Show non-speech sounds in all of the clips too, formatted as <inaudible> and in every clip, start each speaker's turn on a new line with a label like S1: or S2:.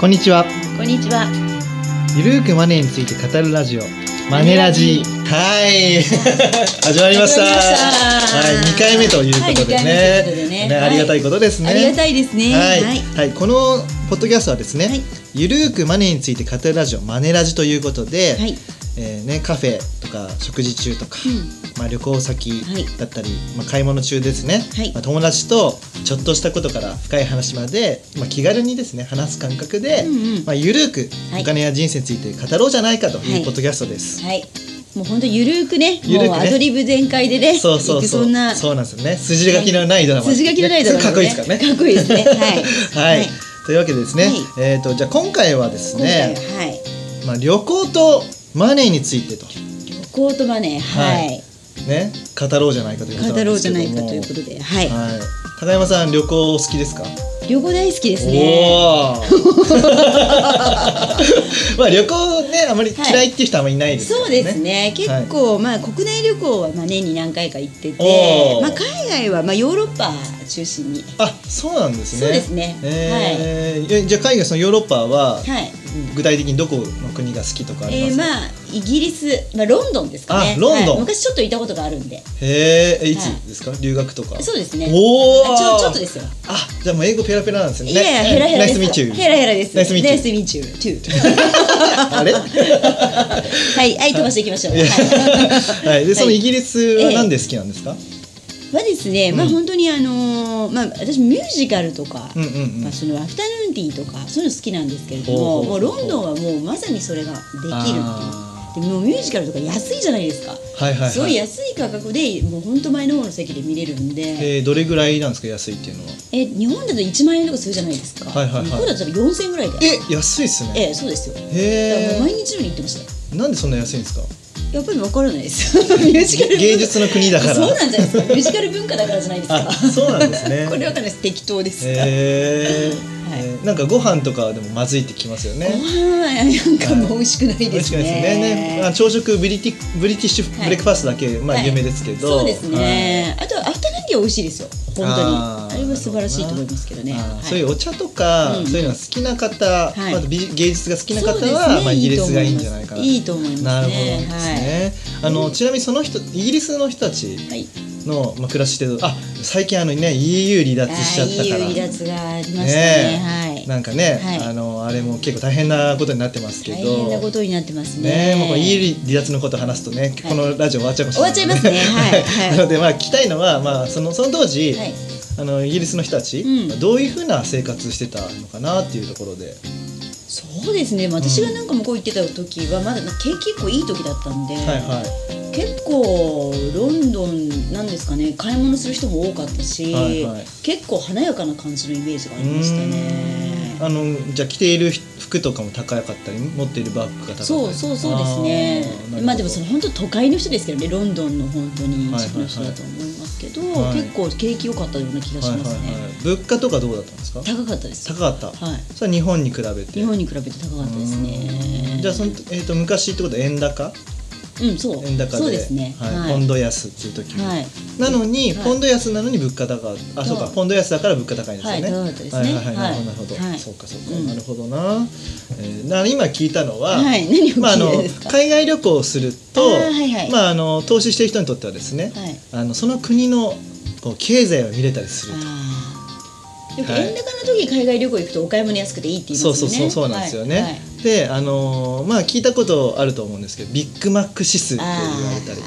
S1: こんにちは。
S2: こんにちは。
S1: ゆるーくマネーについて語るラジオ。マネラジはい。 <laughs> 始まりました。
S2: 始まりました
S1: はい、二回目ということで
S2: はい二回目ということで
S1: ね。
S2: ね
S1: ね、
S2: はい
S1: ありがたいことですね。
S2: ありがたいですね。
S1: はい、
S2: は
S1: はいい、このポッドキャストはですね、
S2: はい
S1: ゆるーくマネーについて語るラジオマネラジということで、
S2: はい
S1: えーね、カフェとか食事中とか、
S2: う
S1: まあ、旅行先
S2: はい
S1: だったり、まあ、買い物中ですね、
S2: はい
S1: まあ、友達とちょっとしたことから深い話まで、まあ、気軽にですね話す感覚で、
S2: うんうん
S1: まあ、ゆるーく
S2: はい
S1: お金や人生について語ろうじゃないかと
S2: は
S1: いう
S2: い
S1: ポッドキャストです。
S2: はい。もう本当ゆるーくね、
S1: ゆるーくね
S2: もうアドリブ全開でね、
S1: そうそうそう
S2: いくそんな
S1: そうなんですよね筋書きのないドラマ、
S2: 筋書きのないドラマ
S1: かっこいいですからね
S2: かっこいいで
S1: <laughs>
S2: すね。は。
S1: はいい、というわけでですね、
S2: はい
S1: えっ、とじゃあ今回はです
S2: 今回
S1: ね、
S2: ははい。
S1: まあ旅行とマネーについてと
S2: 旅行とマネー、はい。
S1: ね語ろうじゃないかということなん
S2: 語ろ
S1: で
S2: う
S1: す
S2: じ
S1: け
S2: ゃ
S1: ども
S2: ないかということで、はい。
S1: はい。高山さん旅行お好きですか？
S2: 旅行大好きですね。
S1: おお <laughs> ー。まあ旅行ねあまり嫌いっていう人はあまりいないですよ
S2: そうです。ね結構、まあ国内旅行はまあ年に何回か行ってて
S1: おー、
S2: まあ、海外はまあヨーロッパ中心に
S1: あ、そうなんですね。
S2: そうですね
S1: えーえじゃあ海外そのヨーロッパは
S2: はい
S1: 具体的にどこの国が好きとかありま
S2: えー、
S1: すか？
S2: まあイギリス、まあ、ロンドンですかね
S1: あロンドン
S2: はい昔ちょっといたことがあるんで
S1: へーえいつですか？留学とか。
S2: そうですね
S1: おお。
S2: あちょちょっとですよ
S1: あ、じゃあもう英語ペラペラなんですね。
S2: いやいやヘラヘラ
S1: ナ
S2: で
S1: イ
S2: す
S1: スミチュー。
S2: ヘラヘラです
S1: ナイスミチュー。
S2: ミチュー
S1: <laughs>
S2: トゥ
S1: あ
S2: <laughs>
S1: れ？
S2: はいはい飛ばしていきましょうはい
S1: はい。でそのイギリスはなんで好きなんですか？
S2: まあですね、まあ本当にあのーまあ私ミュージカルとか、
S1: うんうんうん
S2: まあそのアフタヌーンティーとかそういうの好きなんですけれども
S1: ほうほうほう
S2: もうロンドンはもうまさにそれができる
S1: あ
S2: っていうでもうミュージカルとか安いじゃないですか、
S1: はいはいはい
S2: すごい安い価格でもう本当前の方の席で見れるんで
S1: えー、どれぐらいなんですか安いっていうのは？
S2: え日本だと1万円とかするじゃないですか、
S1: はいはいはい
S2: 向こうだと多分4000円ぐらいで
S1: え、安いっすね。
S2: ええそうですよだか
S1: へ
S2: らもう
S1: え
S2: 毎日のように行ってましたよ
S1: なんでそんな安いんですか
S2: やっぱり分からないです
S1: <laughs>
S2: よミュージカル文化
S1: 芸術の国だから
S2: そうなんじゃないですかミュージカル文化だからじゃないです
S1: あ
S2: か
S1: そうなんですね
S2: これ分かんないです適当ですが、
S1: へえ
S2: はい
S1: えーなんかご飯とかはでもまずいってきますよ
S2: ご
S1: ね
S2: 飯なんかもう美味しくない
S1: 美
S2: で
S1: 味し
S2: す
S1: くないですよね
S2: ね
S1: ねあ朝食ブリティブリティッシュブレックファーストだけ、まあ
S2: はい
S1: 有名ですけど、
S2: そうですね、あとアフタヌーンティーは美味しいですよ本
S1: あ
S2: 当
S1: ー
S2: にあれは素晴らしいと思いますけどね
S1: あー
S2: はい
S1: そういうお茶とか、
S2: うん
S1: そういうのが好きな方、
S2: はい
S1: まあ、美芸術が好きな方
S2: そうです
S1: は、
S2: ね
S1: まあ、イギリスがいい
S2: い
S1: ん
S2: い
S1: じ
S2: と
S1: ゃな
S2: 思
S1: い
S2: います
S1: かな。
S2: いいと思いますね
S1: なるほどですね。あのちなみにその人イギリスの人たち
S2: はい
S1: の、まあ、暮らししてるあ最近あのね EU 離脱しちゃったから。
S2: あーいい離脱がありましたね
S1: ね
S2: はい
S1: なんかね、
S2: はい
S1: あのあれも結構大変なことになってますけ
S2: 大
S1: ど。
S2: 変なことになってます
S1: ね
S2: ね。
S1: もうこの EU 離脱のことを話すとね、このラジオ終わっちゃうかもしれない。
S2: 終わっちゃいま
S1: <laughs>
S2: すねはいはい
S1: なのでまあ聞きたいのはまあそのその当時、
S2: はい
S1: あのイギリスの人たち、
S2: うん
S1: どういうふうな生活してたのかなっていうところで。
S2: そうですね。私がなんか向こう行ってた時はまだ景気結構いい時だったんで、
S1: はいはい。
S2: 結構ロンドンなんですかね買い物する人も多かったし、
S1: はいはい
S2: 結構華やかな感じのイメージがありましたね。
S1: あのじゃあ着ている服とかも高かったり持っているバッグが高かったり
S2: そうそうそうです
S1: あー
S2: ね
S1: なるほど
S2: まあでもその本当都会の人ですけどねロンドンの本当に
S1: はいはいはい
S2: 一部の人だと思いますけど、
S1: はい
S2: 結構景気良かったような気がし
S1: はい
S2: ますね、
S1: はいはい、物価とかどうだったんですか
S2: 高かったです
S1: 高かった、
S2: はい
S1: それは日本に比べて
S2: 日本に比べて高かったですね
S1: うんじゃあその、えー、と昔ってことは円高
S2: うん、そう。
S1: 円高で
S2: そうですね。
S1: はい
S2: はい。
S1: ポンド安っていう時に、
S2: はい。
S1: なのに、
S2: はい
S1: ポンド安なのに物価高あそうか
S2: そう
S1: ポンド安だから物価高いんですよね、
S2: はい高かったですね
S1: はいはいはいなるほど、なるほど
S2: はい
S1: そうかそうか、
S2: うん
S1: なるほどな、えー、な今聞いたのは、
S2: はい何を聞いた
S1: まあ、あ
S2: ん
S1: の
S2: ですか
S1: 海外旅行をすると
S2: あーはいはい
S1: まあ、あの投資してる人にとってはですね、
S2: はい
S1: あのその国のこう経済を見れたりすると。
S2: あー。よく
S1: はい
S2: 円高の時海外旅行行くとお買い物安くていいって言い
S1: そ
S2: ま
S1: う
S2: す
S1: そ
S2: よ
S1: う
S2: ね。
S1: そうそうなんですよね。
S2: はいはい
S1: であのーまあ聞いたことあると思うんですけどビッグマック指数って言われたり、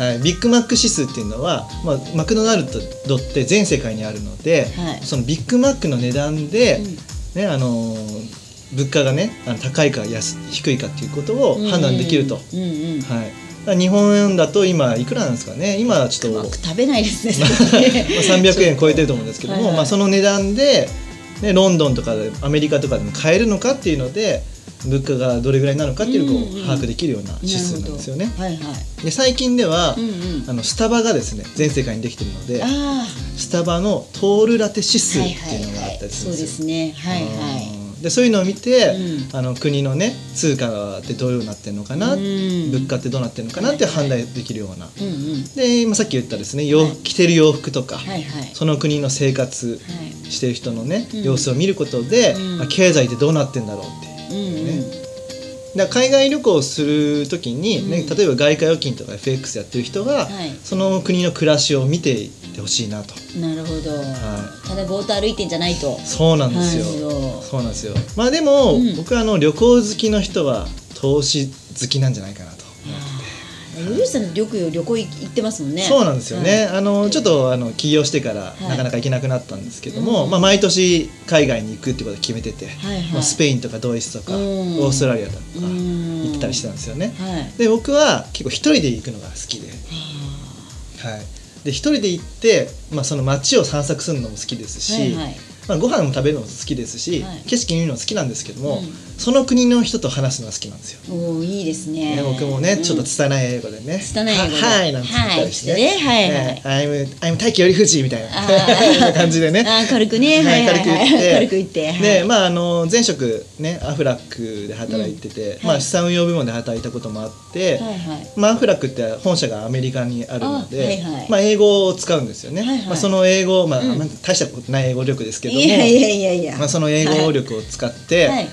S2: あ
S1: はい、ビッグマック指数っていうのは、まあ、マクドナルドって全世界にあるので、
S2: はい
S1: そのビッグマックの値段で、
S2: うん
S1: ねあのー物価がねあの高いか安低いかっていうことを判断できると。
S2: うんうん。
S1: はい、だから日本だと今いくらなんですかね今ちょっと
S2: うまく食べな
S1: <laughs>
S2: いですね。
S1: 300円超えてると思うんですけども、
S2: はいはい
S1: まあ、その値段で、ね、ロンドンとかでアメリカとかでも買えるのかっていうので物価がどれぐらいなのかっていうのをこ
S2: うん
S1: う
S2: うん
S1: 把握できるような指数なんですよね。
S2: なるほどはいはい。
S1: で最近では、
S2: うんうん
S1: あのスタバがですね全世界にできてるので
S2: あ
S1: スタバのトールラテ指
S2: あ。
S1: 数っていうのがあったりす
S2: そ
S1: る
S2: うん
S1: で
S2: です
S1: よ。
S2: すね。はいはい。
S1: うんでそういうのを見て、
S2: う
S1: あの国のね通貨ってどういうなってるのかな、
S2: うん
S1: 物価ってどうなってるのかなって判断できるような。
S2: うんうん
S1: で今さっき言ったですね洋
S2: はい
S1: 服着てる洋服とか、
S2: はいはい
S1: その国の生活
S2: はい
S1: してる人のね、
S2: うん
S1: 様子を見ることで、
S2: うん
S1: あ経済ってどうなってんだろうっていう。
S2: うん
S1: だから海外旅行をするときに、ね
S2: うん
S1: 例えば外貨預金とか FX やってる人が、
S2: はい
S1: その国の暮らしを見ていってほしいなと、
S2: うんなるほど
S1: は
S2: ただボート歩いてんじゃないと
S1: い、そうなんですよ、
S2: なるほど
S1: そうなんですよまあでも、
S2: うん
S1: 僕はあの旅行好きの人は投資好きなんじゃないかなと、
S2: あーゆうじさんよく旅行行ってますもんね
S1: そうなんですよね、
S2: はい
S1: あのちょっとあの起業してから、
S2: い
S1: なかなか行けなくなったんですけども、
S2: うん
S1: まあ、毎年海外に行くってことを決めてて、
S2: はいは
S1: まあ、
S2: い
S1: スペインとかドイツとか、
S2: うん
S1: オーストラリアとか
S2: うん
S1: 行ってたりしてたんですよね、
S2: はい
S1: で僕は結構一人で行くのが好きで、はい、で一人で行って、まあ、その街を散策するのも好きですし、
S2: はいはい
S1: まあ、ご飯も食べるのも好きですし、
S2: はい
S1: 景色見るのも好きなんですけども、
S2: うん
S1: その国の人と話すのが好きなんですよ。
S2: おーいいですね
S1: ね、僕もね、ちょっと
S2: うん
S1: 拙い英語でね、
S2: 拙い英語で
S1: ははいなんて言ったりしてね、
S2: はいはい
S1: ね I'm I'm 大気より富士みたいな
S2: あー
S1: な <laughs> 感じでね、
S2: あー軽くね
S1: はい、
S2: はい
S1: 軽
S2: は
S1: く言
S2: い
S1: って、
S2: 軽く言ってはい
S1: で、まああの前職ねアフラックで働いてて、
S2: うん
S1: ま
S2: は
S1: あ
S2: い
S1: 資産運用部門で働いたこともあって、
S2: はいはい
S1: まあ、アフラックって本社がアメリカにあるので
S2: あはいはい
S1: まあ、英語を使うんですよね、
S2: はいはい
S1: まあ、その英語、まあ
S2: うん
S1: まあ大したことない英語力ですけども
S2: いやいやいやいや
S1: まあ、その英語力を使って、
S2: はい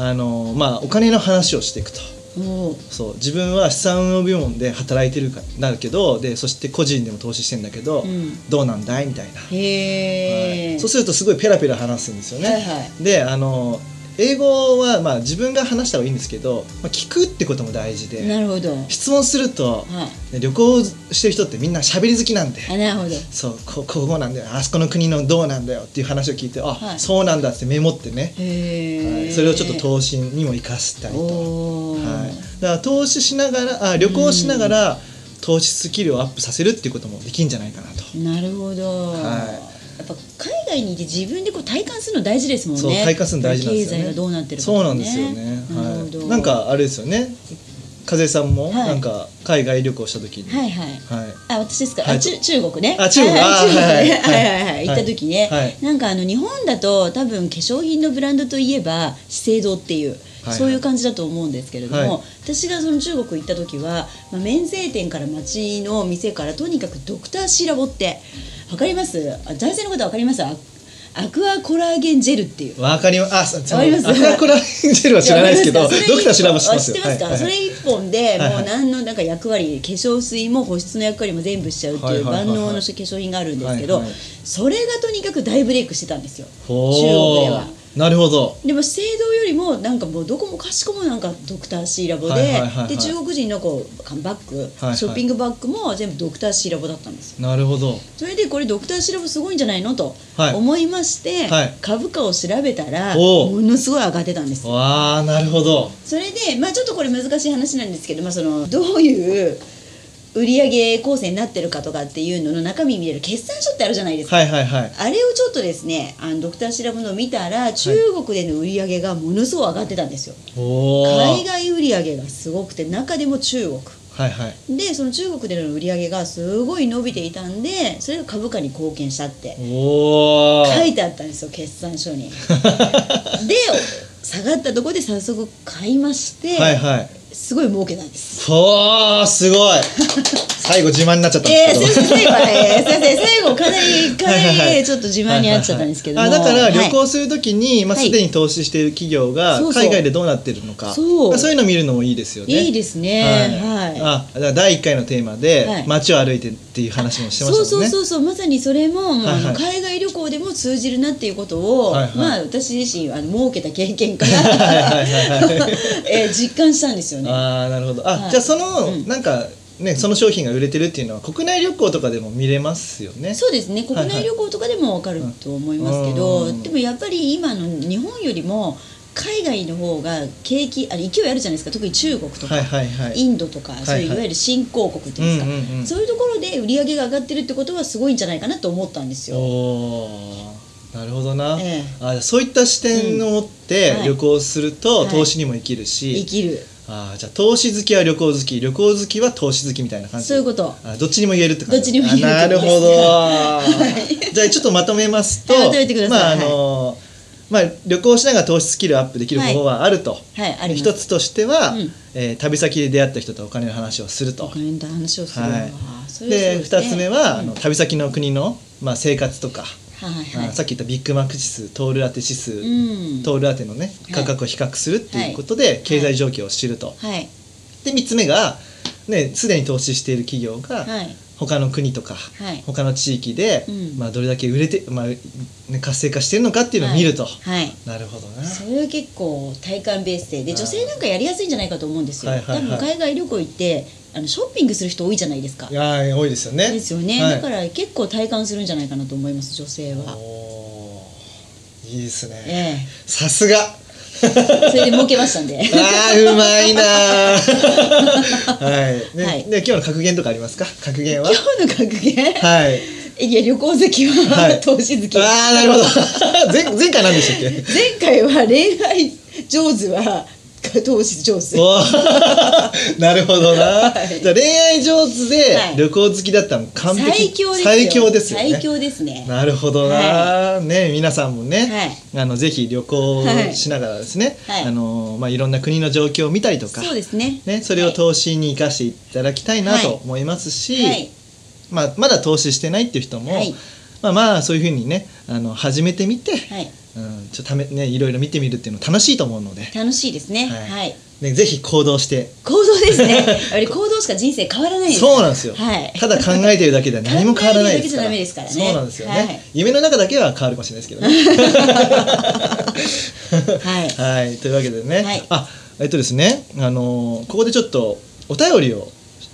S1: あのまあ、お金の話をしていくと。
S2: おー
S1: そう自分は資産運用部門で働いてるかなるけどでそして個人でも投資してんだけど、
S2: うん
S1: どうなんだいみたいな、
S2: へ
S1: は
S2: え
S1: いそうするとすごいペラペラ話すんですよね、
S2: はいは
S1: であの英語は、まあ、自分が話した方がいいんですけど、まあ、聞くってことも大事で
S2: なるほど
S1: 質問すると、
S2: は
S1: ね旅行してる人ってみんな喋り好きなんで、
S2: あなるほど
S1: そうここうなんだよあそこの国のどうなんだよっていう話を聞いてあ、
S2: はい
S1: そうなんだってメモってね、
S2: へ
S1: は
S2: え
S1: いそれをちょっと投資にも生かしたりと、
S2: おー
S1: はい、だから投資しながらあ旅行しながら投資スキルをアップさせるっていうこともできんじゃないかなと。
S2: なるほど、
S1: は
S2: やっぱ海外にいて自分でこう体感するの大事ですもんね
S1: そう体感するの大事なんですよね。
S2: 経済がどうなってるかと
S1: そう
S2: か
S1: なん
S2: ね
S1: ですよね。
S2: なるほど、
S1: はい。なんかあれですよね。風さんも
S2: はい
S1: なんか海外旅行した時に、
S2: はいはい
S1: はい。
S2: あ私ですか、
S1: は
S2: あ
S1: い
S2: 中中国ね
S1: あ中国
S2: はいはい、
S1: あー
S2: 中国
S1: はい
S2: ね
S1: は
S2: はいいはいはい
S1: は
S2: 行
S1: い
S2: った時ね、
S1: はい
S2: なんかあの日本だと多分化粧品のブランドといえば資生堂っていう、
S1: はい
S2: そういう感じだと思うんですけれども、
S1: はい
S2: 私がその中国行った時は、まあ、免税店から町の店からとにかくドクターシーラボってわかりますあ男性の方わかりますアアクアコラーゲンジェルっていう
S1: わかります。あ、そその
S2: わかります
S1: アクアコラーゲンジェルは知らないですけど、
S2: や
S1: ド
S2: わかります
S1: クター知らも知ってま
S2: あ
S1: す
S2: 知っ
S1: よ。
S2: てますか、
S1: はいはい
S2: それ一本で
S1: はいは
S2: も
S1: いう
S2: 何のなんか役割化粧水も保湿の役割も全部しちゃうっていう
S1: はいはいはいはい
S2: 万能の化粧品があるんですけど、
S1: はいはい
S2: それがとにかく大ブレイクしてたんですよ中
S1: ほー
S2: 国では。
S1: なるほど。
S2: でも資生堂よりもなんかもうどこもかしこもなんかドクターシーラボで,、
S1: はいはいはいはい
S2: で中国人のこうバッグ、
S1: はい
S2: ショッピングバッグも全部ドクターシーラボだったんですよ
S1: なるほど。
S2: それでこれドクターシラボすごいんじゃないのと
S1: はい
S2: 思いまして、
S1: はい
S2: 株価を調べたら
S1: おう
S2: ものすごい上がってたんです
S1: わあ、なるほど。
S2: それで、まあ、ちょっとこれ難しい話なんですけど、まあ、そのどういう売上構成になってるかとかっていうのの中身見れる決算書ってあるじゃないですか、
S1: はいはいはい。
S2: あれをちょっとですねあのドクターシラブのを見たら中国での売り上げがものすごい上がってたんですよ、
S1: おお。
S2: 海外売り上げがすごくて中でも中国
S1: はいはい。
S2: でその中国での売り上げがすごい伸びていたんでそれが株価に貢献したって
S1: おお。
S2: 書いてあったんですよ決算書に
S1: <laughs>
S2: で下がったとこで早速買いまして、
S1: はいはい。
S2: すごい儲けたんです
S1: ほーすご
S2: <laughs>
S1: い。最後自慢になっちゃったん
S2: え
S1: で
S2: ー、
S1: す
S2: す
S1: け
S2: い
S1: ど
S2: ま。せん、最後、えー、すいません、最後、かなり、か
S1: はいはい
S2: な
S1: はい
S2: り、ちょっと自慢にあっちゃったんですけども。
S1: はいはいはいあだから旅
S2: は
S1: 行するときに、まあ、
S2: はい
S1: すでに投資している企業が
S2: そうそう
S1: 海外でどうなってるのか
S2: そう
S1: まあそういうのを見るのもいいですよね。
S2: い、いいですね。はい。
S1: あだから第1回のテーマで、
S2: はい
S1: 街を歩いてっていう話もしてま
S2: そ
S1: し
S2: う
S1: た
S2: そ
S1: もん
S2: う
S1: ね。
S2: そうそうまさにそれも、もうあ
S1: はいは
S2: の
S1: い
S2: 海外旅行でも通じるなっていうことを、
S1: はいはい
S2: まあ私自身あの儲けた経験から
S1: はいはいはい
S2: えー実感したんですよね。
S1: ああなるほど。あ、
S2: はい
S1: じゃあその、
S2: うん
S1: なんかねその商品が売れてるっていうのは国内旅行とかでも見れますよね。
S2: そうですね
S1: はいは
S2: 国
S1: い
S2: 内旅行とかでも分かると思いますけど、
S1: うん
S2: でもやっぱり今の日本よりも海外の方が景気あ勢いあるじゃないですか特に中国とか、
S1: はいはいはい。
S2: インドとか、
S1: い
S2: そういういわゆる新興国っていうんですか、
S1: うんうんうん
S2: そういうところで売り上げが上がってるってことはすごいんじゃないかなと思ったんですよ。
S1: おーなるほどな、
S2: ええ
S1: あじゃあそういった視点を持って
S2: うんはい
S1: 旅行すると、
S2: はい
S1: 投資にも生きるし、
S2: 生きる
S1: あーじゃあ投資好きは旅行好き旅行好きは投資好きみたいな感じ
S2: そういうこと
S1: あどっちにも言えるって感じ
S2: どっちにも言える
S1: あなるほど、じゃあちょっとまとめますと
S2: はいまとめてください
S1: まああ
S2: はい
S1: のーまあ、旅行しながら投資スキルアップできる方法はあると、
S2: はいあります
S1: 一つとしては、
S2: うん
S1: えー旅先で出会った人とお金の話をする
S2: お
S1: と。
S2: 金の話をするわ、
S1: は
S2: そ
S1: い、
S2: れは
S1: で
S2: そう
S1: 2
S2: す
S1: つ
S2: ね
S1: 目は、あ
S2: うん
S1: の
S2: はい
S1: 旅先の国の、まあ、生活とか、
S2: はいはい
S1: あさっき言ったビッグマック指数トールラテ指数、
S2: うん
S1: トールラテのね
S2: はい
S1: 価格を比較するっていうことで、経済状況を知ると。
S2: はい
S1: で3つ目がねすでに投資している企業が、
S2: はい
S1: 他の国とか、
S2: はい
S1: 他の地域で、
S2: うん
S1: まあ、どれだけ売れて、まあね、活性化してるのかっていうのを見ると、
S2: はいはい
S1: なるほどな
S2: それは結構体感ベースでで
S1: はい
S2: 女性なんかやりやすいんじゃないかと思うんですよ、
S1: はいはいはい
S2: 多分海外旅行行ってあのショッピングする人多いじゃないですか
S1: いやー多いですよね
S2: ですよね、
S1: はい、
S2: だから結構体感するんじゃないかなと思います女性は
S1: おーいいですね
S2: え
S1: さすが
S2: えそれで儲けました
S1: <laughs>
S2: んで
S1: あーうま
S2: <laughs>
S1: いなーはい、ね
S2: はい
S1: で今日の格言とかありますか格言は
S2: 今日の格言
S1: はい
S2: いや旅行好きは、
S1: はい
S2: 投資好き
S1: ああなるほど <laughs> 前前回何でしたっ
S2: <laughs>
S1: け
S2: 前回は恋愛上手は投資上手
S1: おー <laughs> なるほどな、
S2: はい
S1: じゃあ恋愛上手で
S2: はい
S1: 旅行好きだったらもう完璧
S2: 最強
S1: 最強で
S2: ですよ
S1: すよね
S2: 最強ですね
S1: なるほどな、ね皆さんもね、あのぜひ旅行
S2: はい
S1: しながらですね、
S2: はい
S1: あのまあいろんな国の状況を見たりとか、
S2: そうですね
S1: ねそれを投資に生かしていただきたいなと
S2: はい
S1: 思いますし、
S2: はい
S1: まあまだ投資してないっていう人も、
S2: はい
S1: まあまあそういうふうにねあの始めてみて、
S2: はい、
S1: うんちょっとためねいろいろ見てみるっていうの楽しいと思うので、
S2: 楽しいですね
S1: はい
S2: はい
S1: ねぜひ行動して
S2: 行動ですね。やっぱり行動しか人生変わらないですから
S1: そうなんですよ、
S2: はい。
S1: ただ考えてるだけでは何も変わらないですから
S2: 考えてるだけじゃダメですからね
S1: そうなんですよね、
S2: はい
S1: 夢の中だけは変わるかもしれないですけどね
S2: <laughs> はい
S1: はい、というわけでね、
S2: はい
S1: あえっとですねあのーここでちょっとお便りを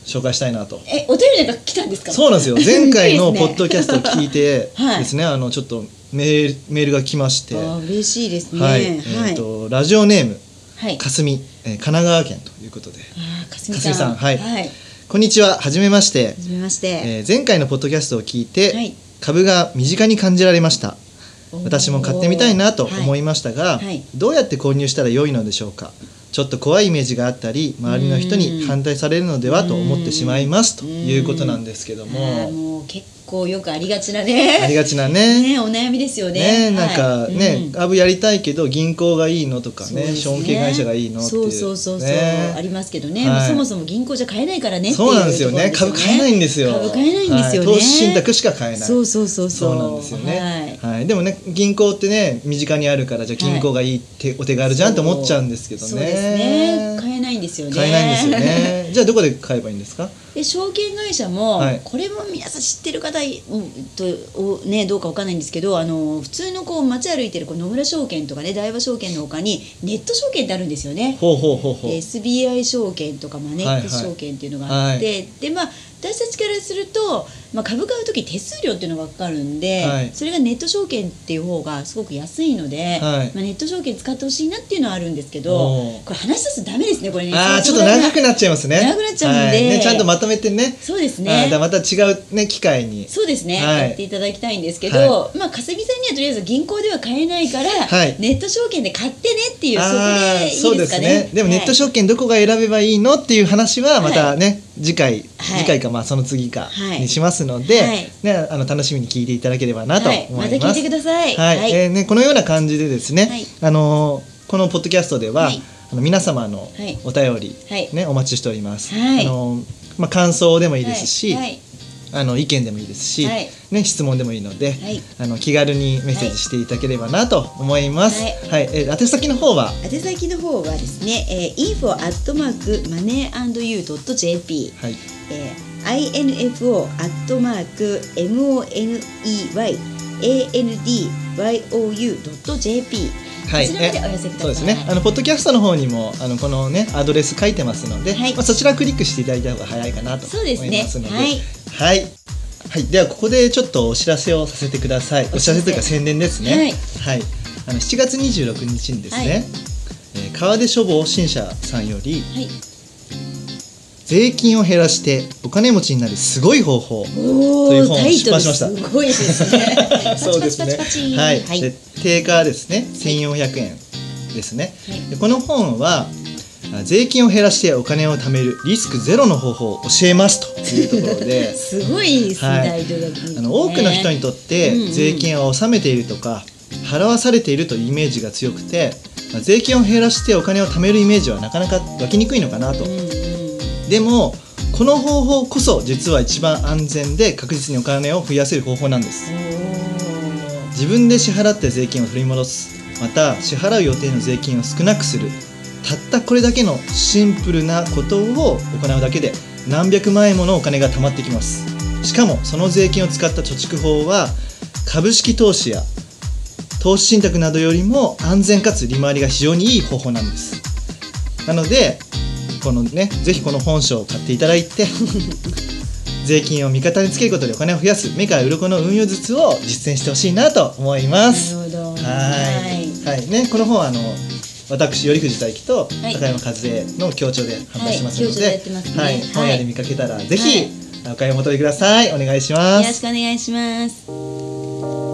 S1: 紹介したいなと
S2: え、お便りなんか来たんですか。
S1: そうなんですよ前回のポッドキャストを
S2: い
S1: 聞いて
S2: はい
S1: ですね、あのちょっとメールメールが来まして
S2: て <laughs> あー、嬉しいですね。は。
S1: はいい、えっ、とラジオネーム
S2: はい。
S1: かすみ、えー神奈川県ということで
S2: あー、かすみ
S1: かすみ
S2: さ
S1: さ
S2: ん。
S1: んはい
S2: はい。は
S1: こんにちははじめまして
S2: じめまして。
S1: えー前回のポッドキャストを聞いて、
S2: はい
S1: 株が身近に感じられました
S2: おー
S1: 私も買ってみたいなと思い
S2: は
S1: ましたが、
S2: はいはい
S1: どうやって購入したら良いのでしょうかちょっと怖いイメージがあったり周りの人に反対されるのではと思ってしまいますと
S2: うん
S1: いうことなんですけど
S2: いあ
S1: も
S2: ーもう結構よくありがちな
S1: あり
S2: ね。
S1: がちなね
S2: ね、お悩みですよ
S1: ね
S2: ね。
S1: なんか
S2: はい
S1: ね、
S2: うん
S1: 株やりたいけど銀行がいいのとか
S2: そう
S1: ね
S2: です
S1: 証券会社がいいのっていう
S2: そうそうそうそう、
S1: ね
S2: ありますけどね、
S1: はい
S2: まあそもそも銀行じゃ買えないからねってい
S1: そうなんですよね
S2: ところ
S1: 株買えないんですよ
S2: 株買えないんですよね、
S1: はい投資信託しか買えない
S2: そうそうそうそ
S1: そううなんですよね、
S2: はい
S1: はいでもね銀行ってね身近にあるからじゃあ銀行がいいって、お手軽じゃんって思っちゃうんですけどね
S2: そうですね買えないんですよね
S1: 買えないんですよ
S2: <laughs>
S1: ねじゃあどこで買えばいいんですか
S2: で証券会社も、
S1: はい
S2: これも皆さん知ってる方いうんとおねどうかわかんないんですけどあの普通のこう街歩いてるこう野村証券とかね大和証券のほかにネット証券ってあるんですよね
S1: ほうほうほうほう、
S2: SBI 証券とかマネックス
S1: はいはい
S2: 証券っていうのがあって、でまあ私たちからすると、まあ、株買う時手数料っていうのが分かるんで、
S1: はい
S2: それがネット証券っていう方がすごく安いので、
S1: はい
S2: まあ、ネット証券使ってほしいなっていうのはあるんですけど
S1: おー
S2: これ話し出すとダメですねこれね
S1: ああちょ
S2: そ
S1: っ
S2: う
S1: と
S2: そう
S1: 長くなっちゃいますね
S2: 長くなっちゃうんで
S1: はいね、ちゃんとまとめてね
S2: そうで
S1: あ
S2: す
S1: ー
S2: ね
S1: だからまた違うね機会に
S2: そうですね、
S1: はい
S2: やっていただきたいんですけど、
S1: は
S2: まあかすみさんにはとりあえず銀行では買えないから、
S1: はい
S2: ネット証券で買ってねっていうそこ
S1: あー
S2: でいいですかね
S1: でもネット
S2: はい
S1: 証券どこが選べばいいのっていう話はまたね、次回、
S2: はい
S1: 次回かまあその次か
S2: はい
S1: にしますので、
S2: はい
S1: ね、あの楽しみに聞いていただければなと思います。
S2: はいまた聞いてください
S1: はい
S2: はい
S1: えーね、このような感じでですね、
S2: はい
S1: あのーこのポッドキャストでは、
S2: はい
S1: あの皆様の
S2: はい
S1: お便り、
S2: はい
S1: ね、お待ちしております。
S2: はい
S1: あのーまあ、感想でもいいですし、
S2: はいはい
S1: あの意見でもいいですし、
S2: はい
S1: ね、質問でもいいので、
S2: はい
S1: あの気軽にメッセージしていただければなと思います。
S2: は
S1: はいいえー宛先の方は
S2: 宛先の方はですね、えー、info アットマークマネー .you.jp、
S1: はい
S2: えー、info アットマーク moneyandyou.jp
S1: はい、
S2: こちらまでお寄せください
S1: そうですね。あのポッドキャストの方にもあのこのねアドレス書いてますので、
S2: はい
S1: まあそちらクリックしていただいた方が早いかなと
S2: そ
S1: 思
S2: うで
S1: い
S2: す
S1: ま
S2: ね
S1: すので、
S2: は
S1: はいい、はい、ではここでちょっとお知らせをさせてください。お知らせというか宣伝ですね。はい。あの7月26日にですね、
S2: はい
S1: えー川出処方新社さんより
S2: はい
S1: 税金を減らしてお金持ちになるすごい方法。
S2: お
S1: という
S2: ー
S1: 本を
S2: タイ
S1: 出
S2: トル
S1: 版しますした
S2: ごいですね
S1: <laughs> そうです
S2: パ
S1: ね
S2: チパチパチパチ。
S1: はい、
S2: はい
S1: で定価はですね、1400円ですね。
S2: はい
S1: でこの本はあ税金を減らしてお金を貯めるリスクゼロの方法を教えますというところで。
S2: すごいですね、
S1: はい
S2: タイトルが、ね、
S1: あの多くの人にとって
S2: うんうん
S1: 税金を納めているとか払わされているというイメージが強くて、まあ、税金を減らしてお金を貯めるイメージはなかなか湧きにくいのかなと、
S2: うんうん
S1: でもこの方法こそ実は一番安全で確実にお金を増やせる方法なんです自分で支払って税金を取り戻すまた支払う予定の税金を少なくするたったこれだけのシンプルなことを行うだけで何百万円ものお金が貯まってきますしかもその税金を使った貯蓄法は株式投資や投資信託などよりも安全かつ利回りが非常にいい方法なんですなのでこのねぜひこの本書を買っていただいて <laughs> 税金を味方につけることでお金を増やす目から鱗の運用術を実践してほしいなと思いま
S2: な
S1: す
S2: るほど
S1: はいはいねこの本はあの私頼藤大樹と
S2: はい
S1: 高山和恵の協調で販売してますの
S2: はい協調でやってますね
S1: で、は
S2: はい
S1: い、本屋で見かけたらぜひ
S2: は
S1: お買い求めください。お願いしま
S2: よろし
S1: す。
S2: くお願いします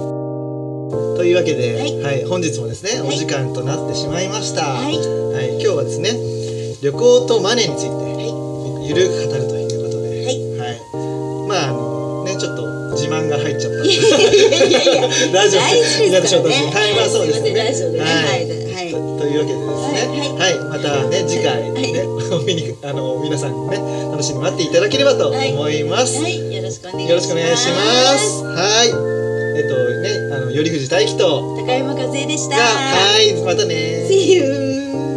S1: というわけで、
S2: は
S1: はいい、本日もですね、
S2: はい
S1: お時間となってしまいました。
S2: はい
S1: はい、今日はですね、旅行とマネーについて、ゆるく語るということで、
S2: はい
S1: はい、まああのねちょっと自慢が入っちゃったん
S2: い
S1: で
S2: や
S1: す。
S2: いやいやいや
S1: ラジオ
S2: 大事
S1: リア
S2: で
S1: ク
S2: す
S1: ションと
S2: から
S1: して
S2: ね
S1: はい、まあそうですね。
S2: はいすいませんラジオでねはい
S1: というわけでですね、
S2: は
S1: はいい、またね次回ね、 <laughs> お見にあの皆さんにね楽しみに待っていただければと思います。
S2: はいよろしくお願いします
S1: よろしくお願いします。はい、えっとねあの頼藤大樹と
S2: 高山和恵でした
S1: がはいまたね。
S2: See you